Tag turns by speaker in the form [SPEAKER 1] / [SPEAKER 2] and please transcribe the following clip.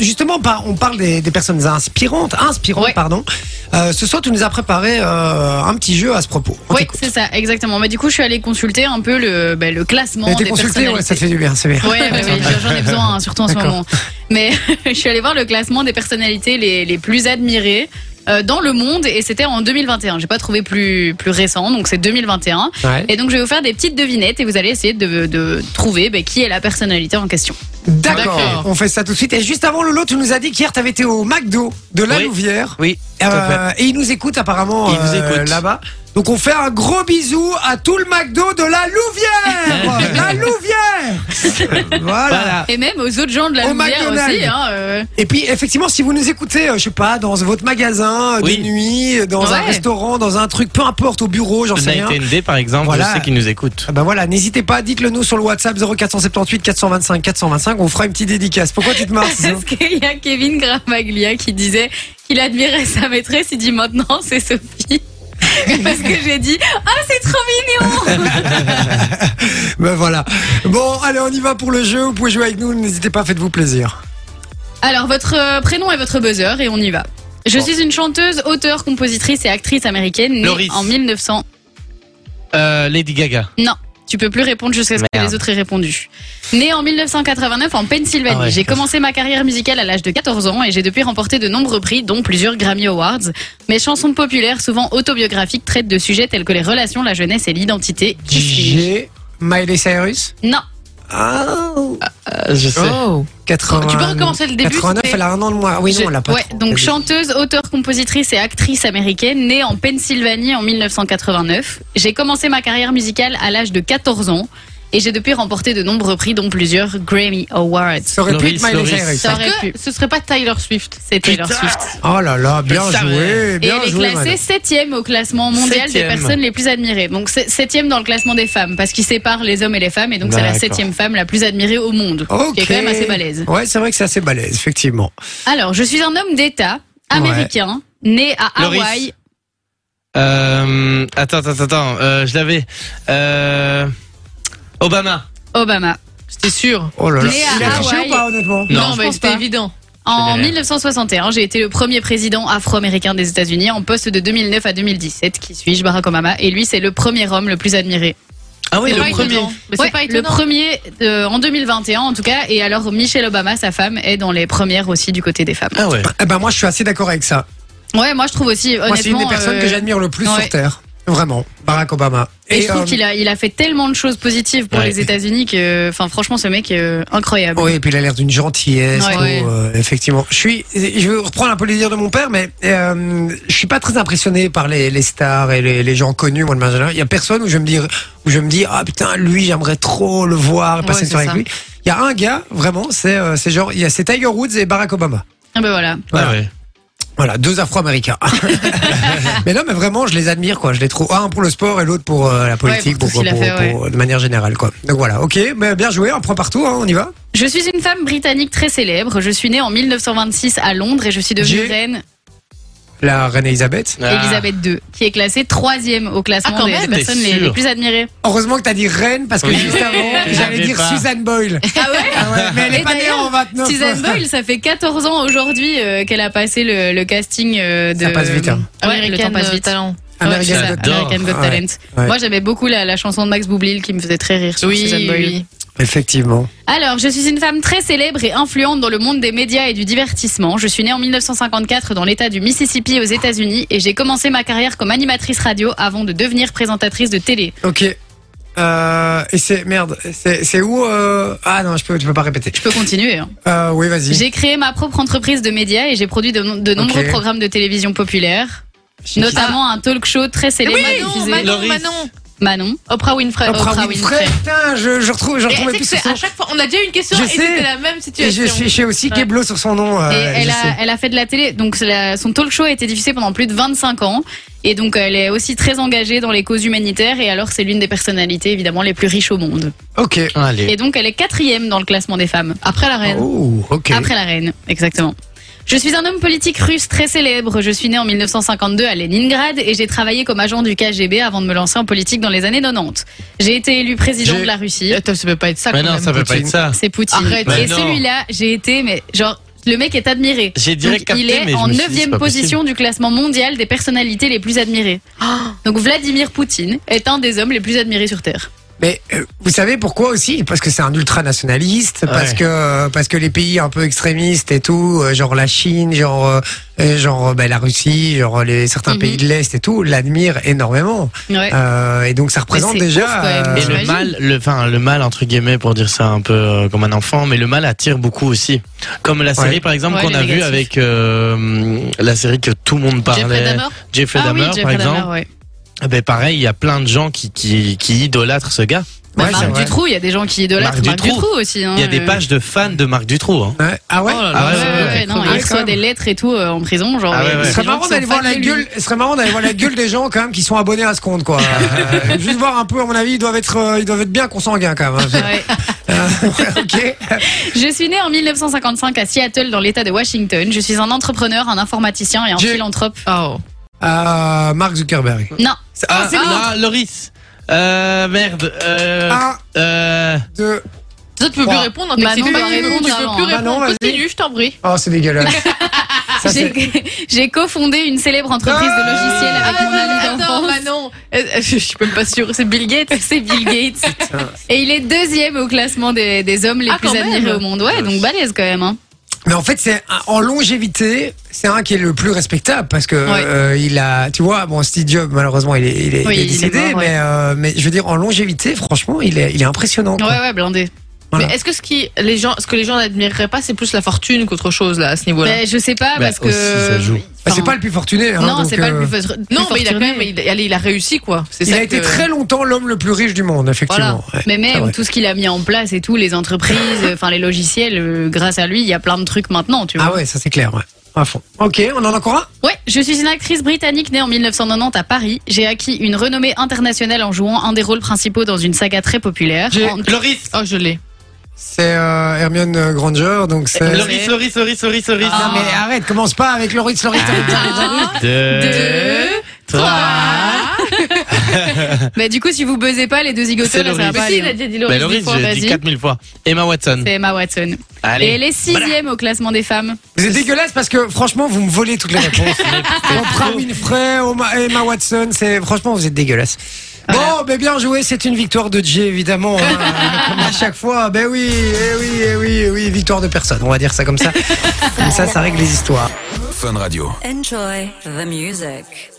[SPEAKER 1] Justement, par- on parle des, des personnes inspirantes, inspirantes,
[SPEAKER 2] Ouais.
[SPEAKER 1] pardon. Euh, ce soir, tu nous as préparé euh, un petit jeu à ce propos. On
[SPEAKER 2] Oui,
[SPEAKER 1] t'écoute.
[SPEAKER 2] c'est ça, exactement. Bah, du coup, je suis allée consulter un peu le, bah, le classement
[SPEAKER 1] T'as été
[SPEAKER 2] des
[SPEAKER 1] consulté, ouais, ça te
[SPEAKER 2] personnalités.
[SPEAKER 1] fait du bien, c'est bien.
[SPEAKER 2] Ouais, ouais, ouais, j'en ai besoin, hein, surtout en ce
[SPEAKER 1] D'accord.
[SPEAKER 2] moment. Mais je suis allée voir le classement des personnalités les, les plus admirées euh, dans le monde et c'était en 2021. J'ai pas trouvé plus, plus récent, donc c'est 2021.
[SPEAKER 1] Ouais.
[SPEAKER 2] Et donc, je vais vous faire des petites devinettes et vous allez essayer de, de trouver bah, qui est la personnalité en question.
[SPEAKER 1] D'accord,
[SPEAKER 2] D'accord.
[SPEAKER 1] on fait ça tout de suite. Et juste avant, Lolo, tu nous as dit qu'hier, tu avais été au McDo de la
[SPEAKER 3] Oui.
[SPEAKER 1] Louvière.
[SPEAKER 3] Oui, tout à fait.
[SPEAKER 1] Euh, et ils nous écoutent apparemment
[SPEAKER 3] Ils nous
[SPEAKER 1] euh,
[SPEAKER 3] écoutent.
[SPEAKER 1] là-bas. Donc, on fait un gros bisou à tout le McDo de la Louvière La Louvière Voilà.
[SPEAKER 3] Voilà.
[SPEAKER 2] Et même aux autres gens de la
[SPEAKER 1] Au
[SPEAKER 2] lumière
[SPEAKER 1] McDonald's.
[SPEAKER 2] aussi. Hein, euh,
[SPEAKER 1] Et puis, effectivement, si vous nous écoutez, euh, je sais pas, dans votre magasin, euh,
[SPEAKER 3] Oui.
[SPEAKER 1] de nuit, dans un
[SPEAKER 2] Ouais.
[SPEAKER 1] restaurant, dans un truc, peu importe, au bureau, j'en sais rien.
[SPEAKER 3] Night ND par exemple,
[SPEAKER 1] Voilà.
[SPEAKER 3] je sais qu'ils nous écoutent.
[SPEAKER 1] Ah bah voilà, n'hésitez pas, dites-le nous sur le WhatsApp 0478 425 425, on fera une petite dédicace. Pourquoi tu te marres Sisou
[SPEAKER 2] Parce qu'il y a Kevin Gramaglia qui disait qu'il admirait sa maîtresse. Il dit maintenant c'est Sophie. Parce que j'ai dit Ah, c'est trop mignon
[SPEAKER 1] Bah voilà. Bon, allez, on y va pour le jeu, vous pouvez jouer avec nous, n'hésitez pas, faites-vous plaisir.
[SPEAKER 2] Alors, votre euh, prénom et votre buzzer, et on y va. Je suis une chanteuse, auteure, compositrice et actrice américaine née
[SPEAKER 3] Loris.
[SPEAKER 2] en 1900.
[SPEAKER 3] Euh, Lady Gaga.
[SPEAKER 2] Non, tu peux plus répondre jusqu'à ce que
[SPEAKER 3] Merde.
[SPEAKER 2] les autres aient répondu. Née en 1989 en Pennsylvanie,
[SPEAKER 3] Ah ouais.
[SPEAKER 2] j'ai commencé ma carrière musicale à l'âge de 14 ans et j'ai depuis remporté de nombreux prix, dont plusieurs Grammy Awards. Mes chansons populaires, souvent autobiographiques, traitent de sujets tels que les relations, la jeunesse et l'identité. Qui suis-je
[SPEAKER 1] J'ai Miley Cyrus.
[SPEAKER 2] Non,
[SPEAKER 1] Ah,
[SPEAKER 2] Euh,
[SPEAKER 3] je sais.
[SPEAKER 4] Oh,
[SPEAKER 1] 80...
[SPEAKER 2] tu peux recommencer le début.
[SPEAKER 1] 89,
[SPEAKER 2] s'il te
[SPEAKER 1] elle
[SPEAKER 2] plaît
[SPEAKER 1] a un an de moins. Oui,
[SPEAKER 2] Je-
[SPEAKER 1] non, elle a pas.
[SPEAKER 2] ouais,
[SPEAKER 1] trop.
[SPEAKER 2] donc chanteuse, auteure, compositrice et actrice américaine, née en Pennsylvanie en 1989. J'ai commencé ma carrière musicale à l'âge de 14 ans et j'ai depuis remporté de nombreux prix, dont plusieurs Grammy Awards.
[SPEAKER 1] Ça aurait pu
[SPEAKER 3] Loris,
[SPEAKER 1] être Miley
[SPEAKER 3] Loris.
[SPEAKER 1] Cyrus.
[SPEAKER 2] Ça
[SPEAKER 4] parce
[SPEAKER 2] aurait
[SPEAKER 4] que
[SPEAKER 2] pu.
[SPEAKER 4] ce serait pas Tyler Swift.
[SPEAKER 2] C'est Taylor
[SPEAKER 3] Putain.
[SPEAKER 2] Swift.
[SPEAKER 1] Oh là là, bien
[SPEAKER 3] Je le
[SPEAKER 1] joué,
[SPEAKER 3] savais.
[SPEAKER 2] Et
[SPEAKER 1] bien
[SPEAKER 2] elle est
[SPEAKER 1] joué. madame.
[SPEAKER 2] classée septième au classement mondial
[SPEAKER 3] Septième.
[SPEAKER 2] des personnes les plus admirées. Donc c'est- septième dans le classement des femmes, parce qu'ils séparent les hommes et les femmes, et donc c'est la
[SPEAKER 3] D'accord.
[SPEAKER 2] septième femme la plus admirée au monde,
[SPEAKER 1] Ok.
[SPEAKER 2] qui est quand même assez balèze.
[SPEAKER 1] Ouais, c'est vrai que c'est assez balèze, effectivement.
[SPEAKER 2] Alors, je suis un homme d'État américain, né à
[SPEAKER 3] Loris.
[SPEAKER 2] Hawaï.
[SPEAKER 3] Euh, attends, attends, attends, euh, je l'avais. Euh, Obama.
[SPEAKER 2] Obama.
[SPEAKER 4] C'était sûr.
[SPEAKER 1] Oh là là.
[SPEAKER 2] Né à
[SPEAKER 1] Il a triché
[SPEAKER 2] Hawaï.
[SPEAKER 1] ou pas, honnêtement
[SPEAKER 3] Non,
[SPEAKER 2] je
[SPEAKER 4] mais
[SPEAKER 2] pense
[SPEAKER 4] c'était
[SPEAKER 2] pas.
[SPEAKER 4] évident.
[SPEAKER 2] En
[SPEAKER 3] Je dirais.
[SPEAKER 2] 1961, j'ai été le premier président afro-américain des États-Unis en poste de 2009 à 2017. Qui suis-je, Barack Obama Et lui, c'est le premier homme le plus admiré.
[SPEAKER 3] Ah oui,
[SPEAKER 4] C'est
[SPEAKER 3] le
[SPEAKER 4] pas
[SPEAKER 3] premier.
[SPEAKER 4] étonnant. Mais
[SPEAKER 2] Ouais,
[SPEAKER 4] c'est pas
[SPEAKER 2] le
[SPEAKER 4] étonnant.
[SPEAKER 2] premier euh, en 2021 en tout cas. Et alors Michelle Obama, sa femme, est dans les premières aussi du côté des femmes.
[SPEAKER 3] Ah ouais.
[SPEAKER 1] Eh ben moi je suis assez d'accord avec ça.
[SPEAKER 2] Ouais, moi je trouve aussi honnêtement.
[SPEAKER 1] Moi c'est une des personnes
[SPEAKER 2] euh,
[SPEAKER 1] que j'admire le plus
[SPEAKER 2] ouais.
[SPEAKER 1] sur terre. Vraiment, Barack Obama.
[SPEAKER 2] Et, je trouve
[SPEAKER 1] euh,
[SPEAKER 2] qu'il a, il a fait tellement de choses positives pour
[SPEAKER 3] Ouais.
[SPEAKER 2] les États-Unis que, enfin, franchement, ce mec, euh, incroyable.
[SPEAKER 1] Oui, et puis il a l'air d'une gentillesse.
[SPEAKER 2] Ouais.
[SPEAKER 1] tout,
[SPEAKER 2] Ouais.
[SPEAKER 1] euh, effectivement, je suis. Je veux reprendre un peu les dires de mon père, mais euh, je suis pas très impressionné par les, les stars et les, les gens connus. Moi, de manière générale. il y a personne où je me dis où je me dis ah putain lui j'aimerais trop le voir et passer
[SPEAKER 4] Ouais,
[SPEAKER 1] une soirée
[SPEAKER 4] c'est
[SPEAKER 1] avec lui. Il y a un gars vraiment, c'est euh, c'est genre il y a c'est Tiger Woods et Barack Obama.
[SPEAKER 2] Ah ben voilà.
[SPEAKER 1] Voilà.
[SPEAKER 3] Ah ouais.
[SPEAKER 1] Voilà, deux Afro-Américains. mais non, mais vraiment, je les admire, quoi. Je les trouve un pour le sport et l'autre pour euh, la politique,
[SPEAKER 2] Ouais, pour tout
[SPEAKER 1] pour-
[SPEAKER 2] ce qu'il a
[SPEAKER 1] pour-
[SPEAKER 2] fait,
[SPEAKER 1] pour- de manière générale, quoi. Donc voilà, ok, mais bien joué, on prend partout, hein, on y va.
[SPEAKER 2] Je suis une femme britannique très célèbre. Je suis née en 1926 à Londres et je suis devenue
[SPEAKER 1] J'ai-
[SPEAKER 2] reine
[SPEAKER 1] La reine Elisabeth.
[SPEAKER 3] Ah.
[SPEAKER 2] Elisabeth II, qui est classée troisième au classement
[SPEAKER 4] Ah, quand
[SPEAKER 2] des
[SPEAKER 4] même.
[SPEAKER 2] personnes
[SPEAKER 3] T'es
[SPEAKER 2] les,
[SPEAKER 3] sûr
[SPEAKER 2] les plus admirées.
[SPEAKER 1] Heureusement que t'as dit reine parce que
[SPEAKER 3] Oui.
[SPEAKER 1] juste avant,
[SPEAKER 3] Je
[SPEAKER 1] j'allais
[SPEAKER 3] l'avais
[SPEAKER 1] dire
[SPEAKER 3] pas.
[SPEAKER 1] Suzanne Boyle.
[SPEAKER 2] Ah ouais
[SPEAKER 1] Ah ouais, mais elle est
[SPEAKER 2] Et
[SPEAKER 1] pas née
[SPEAKER 2] d'ailleurs,
[SPEAKER 1] en 29.
[SPEAKER 2] Suzanne Boyle, ça fait 14 ans aujourd'hui euh, qu'elle a passé le, le casting euh, de.
[SPEAKER 1] Ça passe vite, hein.
[SPEAKER 2] Ouais, le temps passe
[SPEAKER 4] euh,
[SPEAKER 2] vite.
[SPEAKER 4] Talent.
[SPEAKER 1] American
[SPEAKER 2] Ouais, c'est ça,
[SPEAKER 1] Got
[SPEAKER 3] Talent.
[SPEAKER 2] American Got
[SPEAKER 1] Ouais.
[SPEAKER 2] Talent.
[SPEAKER 1] Ouais.
[SPEAKER 2] Moi, j'aimais beaucoup la, la chanson de Max Boublil qui me faisait très rire sur
[SPEAKER 4] Oui,
[SPEAKER 2] Suzanne Boyle.
[SPEAKER 4] oui.
[SPEAKER 1] Effectivement.
[SPEAKER 2] Alors, je suis une femme très célèbre et influente dans le monde des médias et du divertissement. Je suis née en 1954 dans l'État du Mississippi aux États-Unis et j'ai commencé ma carrière comme animatrice radio avant de devenir présentatrice de télé.
[SPEAKER 1] Ok. Euh, et c'est merde, c'est c'est où euh... Ah non, je peux, tu peux pas répéter.
[SPEAKER 2] Je peux continuer. hein.
[SPEAKER 1] Euh, oui, vas-y.
[SPEAKER 2] J'ai créé ma propre entreprise de médias et j'ai produit de, no- de nombreux
[SPEAKER 1] Ok.
[SPEAKER 2] programmes de télévision populaire, notamment un talk show très célèbre
[SPEAKER 4] Manon,
[SPEAKER 2] diffusé
[SPEAKER 4] Manon,
[SPEAKER 3] Loris.
[SPEAKER 4] Manon.
[SPEAKER 2] Manon.
[SPEAKER 4] Oprah Winfrey.
[SPEAKER 1] Oprah, Winfrey. Putain, je, je retrouve, je
[SPEAKER 4] Et
[SPEAKER 1] retrouvais
[SPEAKER 4] tu sais
[SPEAKER 1] plus son
[SPEAKER 4] que c'est à
[SPEAKER 1] nom.
[SPEAKER 4] chaque fois, on a déjà eu une question
[SPEAKER 1] Je
[SPEAKER 4] et
[SPEAKER 1] sais.
[SPEAKER 4] c'était la même
[SPEAKER 1] Et je
[SPEAKER 4] situation.
[SPEAKER 1] suis, je suis aussi
[SPEAKER 4] Ouais.
[SPEAKER 1] Keblo sur son nom. euh,
[SPEAKER 2] Et
[SPEAKER 1] je
[SPEAKER 2] elle,
[SPEAKER 1] sais.
[SPEAKER 2] a, elle a fait de la télé, donc c'est la- son talk show a été diffusé pendant plus de 25 ans. Et donc elle est aussi très engagée dans les causes humanitaires et alors c'est l'une des personnalités évidemment les plus riches au monde.
[SPEAKER 1] Ok.
[SPEAKER 2] Et
[SPEAKER 3] Ah. Allez.
[SPEAKER 2] donc elle est quatrième dans le classement des femmes, après la reine.
[SPEAKER 1] Oh, ok.
[SPEAKER 2] Après la reine, exactement. Je suis un homme politique russe très célèbre. Je suis né en 1952 à Leningrad et j'ai travaillé comme agent du KGB avant de me lancer en politique dans les années 90. J'ai été élu président
[SPEAKER 1] J'ai-
[SPEAKER 2] de la Russie.
[SPEAKER 4] Attends, ça peut pas être ça.
[SPEAKER 3] Mais
[SPEAKER 4] quand
[SPEAKER 3] non,
[SPEAKER 4] même.
[SPEAKER 3] ça peut pas
[SPEAKER 1] Poutine.
[SPEAKER 3] être ça.
[SPEAKER 2] C'est Poutine.
[SPEAKER 4] Arrête.
[SPEAKER 2] Et
[SPEAKER 3] Mais Bah non.
[SPEAKER 2] celui-là, j'ai été, mais genre, Le mec est admiré.
[SPEAKER 3] J'ai
[SPEAKER 2] Donc,
[SPEAKER 3] direct capté,
[SPEAKER 2] il est
[SPEAKER 3] mais je
[SPEAKER 2] en
[SPEAKER 3] me suis dit, c'est
[SPEAKER 2] neuvième
[SPEAKER 3] pas
[SPEAKER 2] position du classement mondial des personnalités les plus admirées.
[SPEAKER 4] Oh
[SPEAKER 2] Donc Vladimir Poutine est un des hommes les plus admirés sur Terre.
[SPEAKER 1] Mais euh, vous savez pourquoi aussi Parce que c'est un ultranationaliste, parce
[SPEAKER 3] Ouais.
[SPEAKER 1] que parce que les pays un peu extrémistes et tout, euh, genre la Chine, genre euh, euh, genre euh, ben, la Russie, genre les certains
[SPEAKER 2] Mhm.
[SPEAKER 1] pays de l'est et tout, l'admirent énormément.
[SPEAKER 2] Ouais.
[SPEAKER 1] Euh, et donc ça représente
[SPEAKER 2] c'est
[SPEAKER 1] déjà.
[SPEAKER 2] ouf, quand même.
[SPEAKER 1] euh,
[SPEAKER 3] Et le
[SPEAKER 2] J'imagine.
[SPEAKER 3] mal, le, enfin, le mal, entre guillemets, pour dire ça un peu euh, comme un enfant, mais le mal attire beaucoup aussi. Comme la série,
[SPEAKER 1] Ouais.
[SPEAKER 3] par exemple,
[SPEAKER 2] Ouais,
[SPEAKER 3] qu'on
[SPEAKER 2] les
[SPEAKER 3] a vue
[SPEAKER 2] négatifs.
[SPEAKER 3] avec euh, la série que tout le monde parlait.
[SPEAKER 4] Jeffrey Dahmer
[SPEAKER 3] Ah, Jeffrey
[SPEAKER 2] Ah oui,
[SPEAKER 3] Dahmer, par
[SPEAKER 2] Jeffrey
[SPEAKER 3] exemple.
[SPEAKER 2] Dahmer, ouais.
[SPEAKER 3] Eh Ben, pareil, il y a plein de gens qui, qui, qui idolâtrent ce gars.
[SPEAKER 2] Bah,
[SPEAKER 1] ouais, c'est
[SPEAKER 2] Marc
[SPEAKER 1] vrai.
[SPEAKER 2] Dutroux, il y a des gens qui idolâtrent
[SPEAKER 3] Marc
[SPEAKER 2] Marc
[SPEAKER 3] Dutroux.
[SPEAKER 2] Dutroux aussi. hein,
[SPEAKER 3] Il y a des
[SPEAKER 2] euh.
[SPEAKER 3] pages de fans de Marc Dutroux. Hein.
[SPEAKER 1] Ouais. Ah ouais.
[SPEAKER 4] Oh là là.
[SPEAKER 3] Ah
[SPEAKER 2] Ouais,
[SPEAKER 3] ouais,
[SPEAKER 2] ouais, ouais, non,
[SPEAKER 1] Ah,
[SPEAKER 2] il
[SPEAKER 1] ouais, quand
[SPEAKER 2] reçoit
[SPEAKER 1] même.
[SPEAKER 2] des lettres et tout euh, en prison. Genre,
[SPEAKER 3] Ah
[SPEAKER 2] il y a
[SPEAKER 3] ouais, ouais.
[SPEAKER 2] des
[SPEAKER 1] Ce serait
[SPEAKER 2] gens
[SPEAKER 1] marrant
[SPEAKER 2] qui
[SPEAKER 1] d'aller
[SPEAKER 2] sont
[SPEAKER 1] voir
[SPEAKER 2] fans
[SPEAKER 1] la
[SPEAKER 2] de lui.
[SPEAKER 1] gueule. Ce serait marrant d'aller voir la gueule des gens quand même qui sont abonnés à ce compte quoi. Euh, juste voir un peu à mon avis ils doivent être euh, ils doivent être bien consanguins quand même. hein.
[SPEAKER 2] Ouais.
[SPEAKER 1] Euh, ok.
[SPEAKER 2] Je suis né en 1955 à Seattle, dans l'État de Washington. Je suis un entrepreneur, un informaticien et un
[SPEAKER 1] J'ai-
[SPEAKER 2] philanthrope.
[SPEAKER 4] Oh.
[SPEAKER 1] Euh, Mark Zuckerberg.
[SPEAKER 2] Non,
[SPEAKER 3] Ah,
[SPEAKER 1] c'est
[SPEAKER 3] ah, Loris. Euh, merde. Euh,
[SPEAKER 1] Un,
[SPEAKER 3] euh,
[SPEAKER 1] deux.
[SPEAKER 4] Ça, tu peux plus
[SPEAKER 1] Trois.
[SPEAKER 4] répondre. hein, t'as
[SPEAKER 2] Manon
[SPEAKER 4] accepté,
[SPEAKER 2] va
[SPEAKER 4] tu peux-
[SPEAKER 2] répondre
[SPEAKER 4] Tu peux
[SPEAKER 2] avant.
[SPEAKER 4] plus
[SPEAKER 1] Manon,
[SPEAKER 4] répondre.
[SPEAKER 1] vas-y.
[SPEAKER 4] Continue, je t'en prie.
[SPEAKER 1] Oh c'est dégueulasse. Ça, c'est-
[SPEAKER 2] Ah,
[SPEAKER 1] Ah,
[SPEAKER 2] j'ai j'ai cofondé une célèbre entreprise de logiciels avec mon ami
[SPEAKER 4] Ah, attends,
[SPEAKER 2] d'enfance.
[SPEAKER 4] Manon. Euh, Je suis même pas sûre. C'est Bill Gates.
[SPEAKER 2] C'est Bill Gates. Et il est deuxième au classement des, des hommes les
[SPEAKER 4] Ah,
[SPEAKER 2] plus
[SPEAKER 4] quand
[SPEAKER 2] admirés
[SPEAKER 4] même.
[SPEAKER 2] au monde. Ouais, donc balèze quand même. hein.
[SPEAKER 1] Mais en fait, c'est un- en longévité, c'est un qui est le plus respectable parce que
[SPEAKER 2] Ouais.
[SPEAKER 1] euh, il a, tu vois, bon, Steve Jobs malheureusement il est, il est,
[SPEAKER 2] Oui,
[SPEAKER 1] il est
[SPEAKER 2] il est
[SPEAKER 1] décédé,
[SPEAKER 2] mort, ouais.
[SPEAKER 1] mais euh, mais je veux dire en longévité, franchement, il est, il est impressionnant.
[SPEAKER 2] Ouais,
[SPEAKER 1] quoi.
[SPEAKER 2] ouais, blindé.
[SPEAKER 1] Voilà.
[SPEAKER 4] Mais est-ce que ce, qui, les gens, ce que les gens n'admireraient pas, c'est plus la fortune qu'autre chose, là, à ce niveau-là
[SPEAKER 2] Mais je sais pas
[SPEAKER 3] Bah,
[SPEAKER 2] parce que.
[SPEAKER 3] aussi, ça joue.
[SPEAKER 1] Bah, c'est
[SPEAKER 2] Enfin,
[SPEAKER 1] pas le plus fortuné. hein,
[SPEAKER 2] Non,
[SPEAKER 1] donc,
[SPEAKER 2] c'est pas le
[SPEAKER 1] euh,
[SPEAKER 2] plus fort- plus
[SPEAKER 4] Non, mais il a quand
[SPEAKER 2] fortuné.
[SPEAKER 4] même. Il, allez, il a réussi, quoi. C'est
[SPEAKER 1] Il
[SPEAKER 4] ça
[SPEAKER 1] a été
[SPEAKER 4] que-
[SPEAKER 1] très longtemps l'homme le plus riche du monde, effectivement. Ouais.
[SPEAKER 2] Mais
[SPEAKER 1] C'est
[SPEAKER 2] même
[SPEAKER 1] vrai.
[SPEAKER 2] tout ce qu'il a mis en place et tout, les entreprises, euh, enfin les logiciels, euh, grâce à lui, il y a plein de trucs maintenant, tu vois.
[SPEAKER 1] Ah ouais, ça c'est clair. Ouais. À fond. Ok, on en a encore un.
[SPEAKER 2] Ouais, je suis une actrice britannique née en 1990 à Paris. J'ai acquis une renommée internationale en jouant un des rôles principaux dans une saga très populaire.
[SPEAKER 1] J'ai-
[SPEAKER 2] En-
[SPEAKER 3] Loris.
[SPEAKER 4] Oh, je l'ai.
[SPEAKER 1] C'est euh, Hermione Granger, donc Euh, c'est.
[SPEAKER 2] Euh,
[SPEAKER 1] Ah.
[SPEAKER 3] Loris, Loris, Loris, Loris, Loris.
[SPEAKER 1] Non mais arrête, commence pas avec Loris, Loris. Ah. Eh.
[SPEAKER 3] Deux, trois.
[SPEAKER 2] bah du coup, si vous buzzez pas, les deux zigoteurs,
[SPEAKER 3] C'est
[SPEAKER 2] là, ça va
[SPEAKER 3] Laurie.
[SPEAKER 2] pas
[SPEAKER 4] Mais
[SPEAKER 2] aller,
[SPEAKER 4] si, il a
[SPEAKER 2] hein.
[SPEAKER 4] déjà dit
[SPEAKER 3] Bah,
[SPEAKER 4] Loris. dix
[SPEAKER 3] Loris,
[SPEAKER 4] fois,
[SPEAKER 3] j'ai dit
[SPEAKER 4] vas-y.
[SPEAKER 3] 4000 fois. Emma Watson.
[SPEAKER 2] C'est Emma Watson.
[SPEAKER 3] Allez.
[SPEAKER 2] Et elle est sixième au classement des femmes.
[SPEAKER 1] Vous êtes dégueulasse parce que franchement, vous me volez toutes les réponses.
[SPEAKER 3] Ah,
[SPEAKER 1] Oprah Winfrey, Oma- Emma Watson, c'est franchement, vous êtes dégueulasse. Bon, ben bien joué, c'est une victoire de Jay évidemment. hein, comme à chaque fois, ben oui, eh oui, eh oui, eh oui, victoire de personne. On va dire ça comme ça. Comme ça, ça règle les histoires.
[SPEAKER 5] Fun Radio.
[SPEAKER 6] Enjoy the music.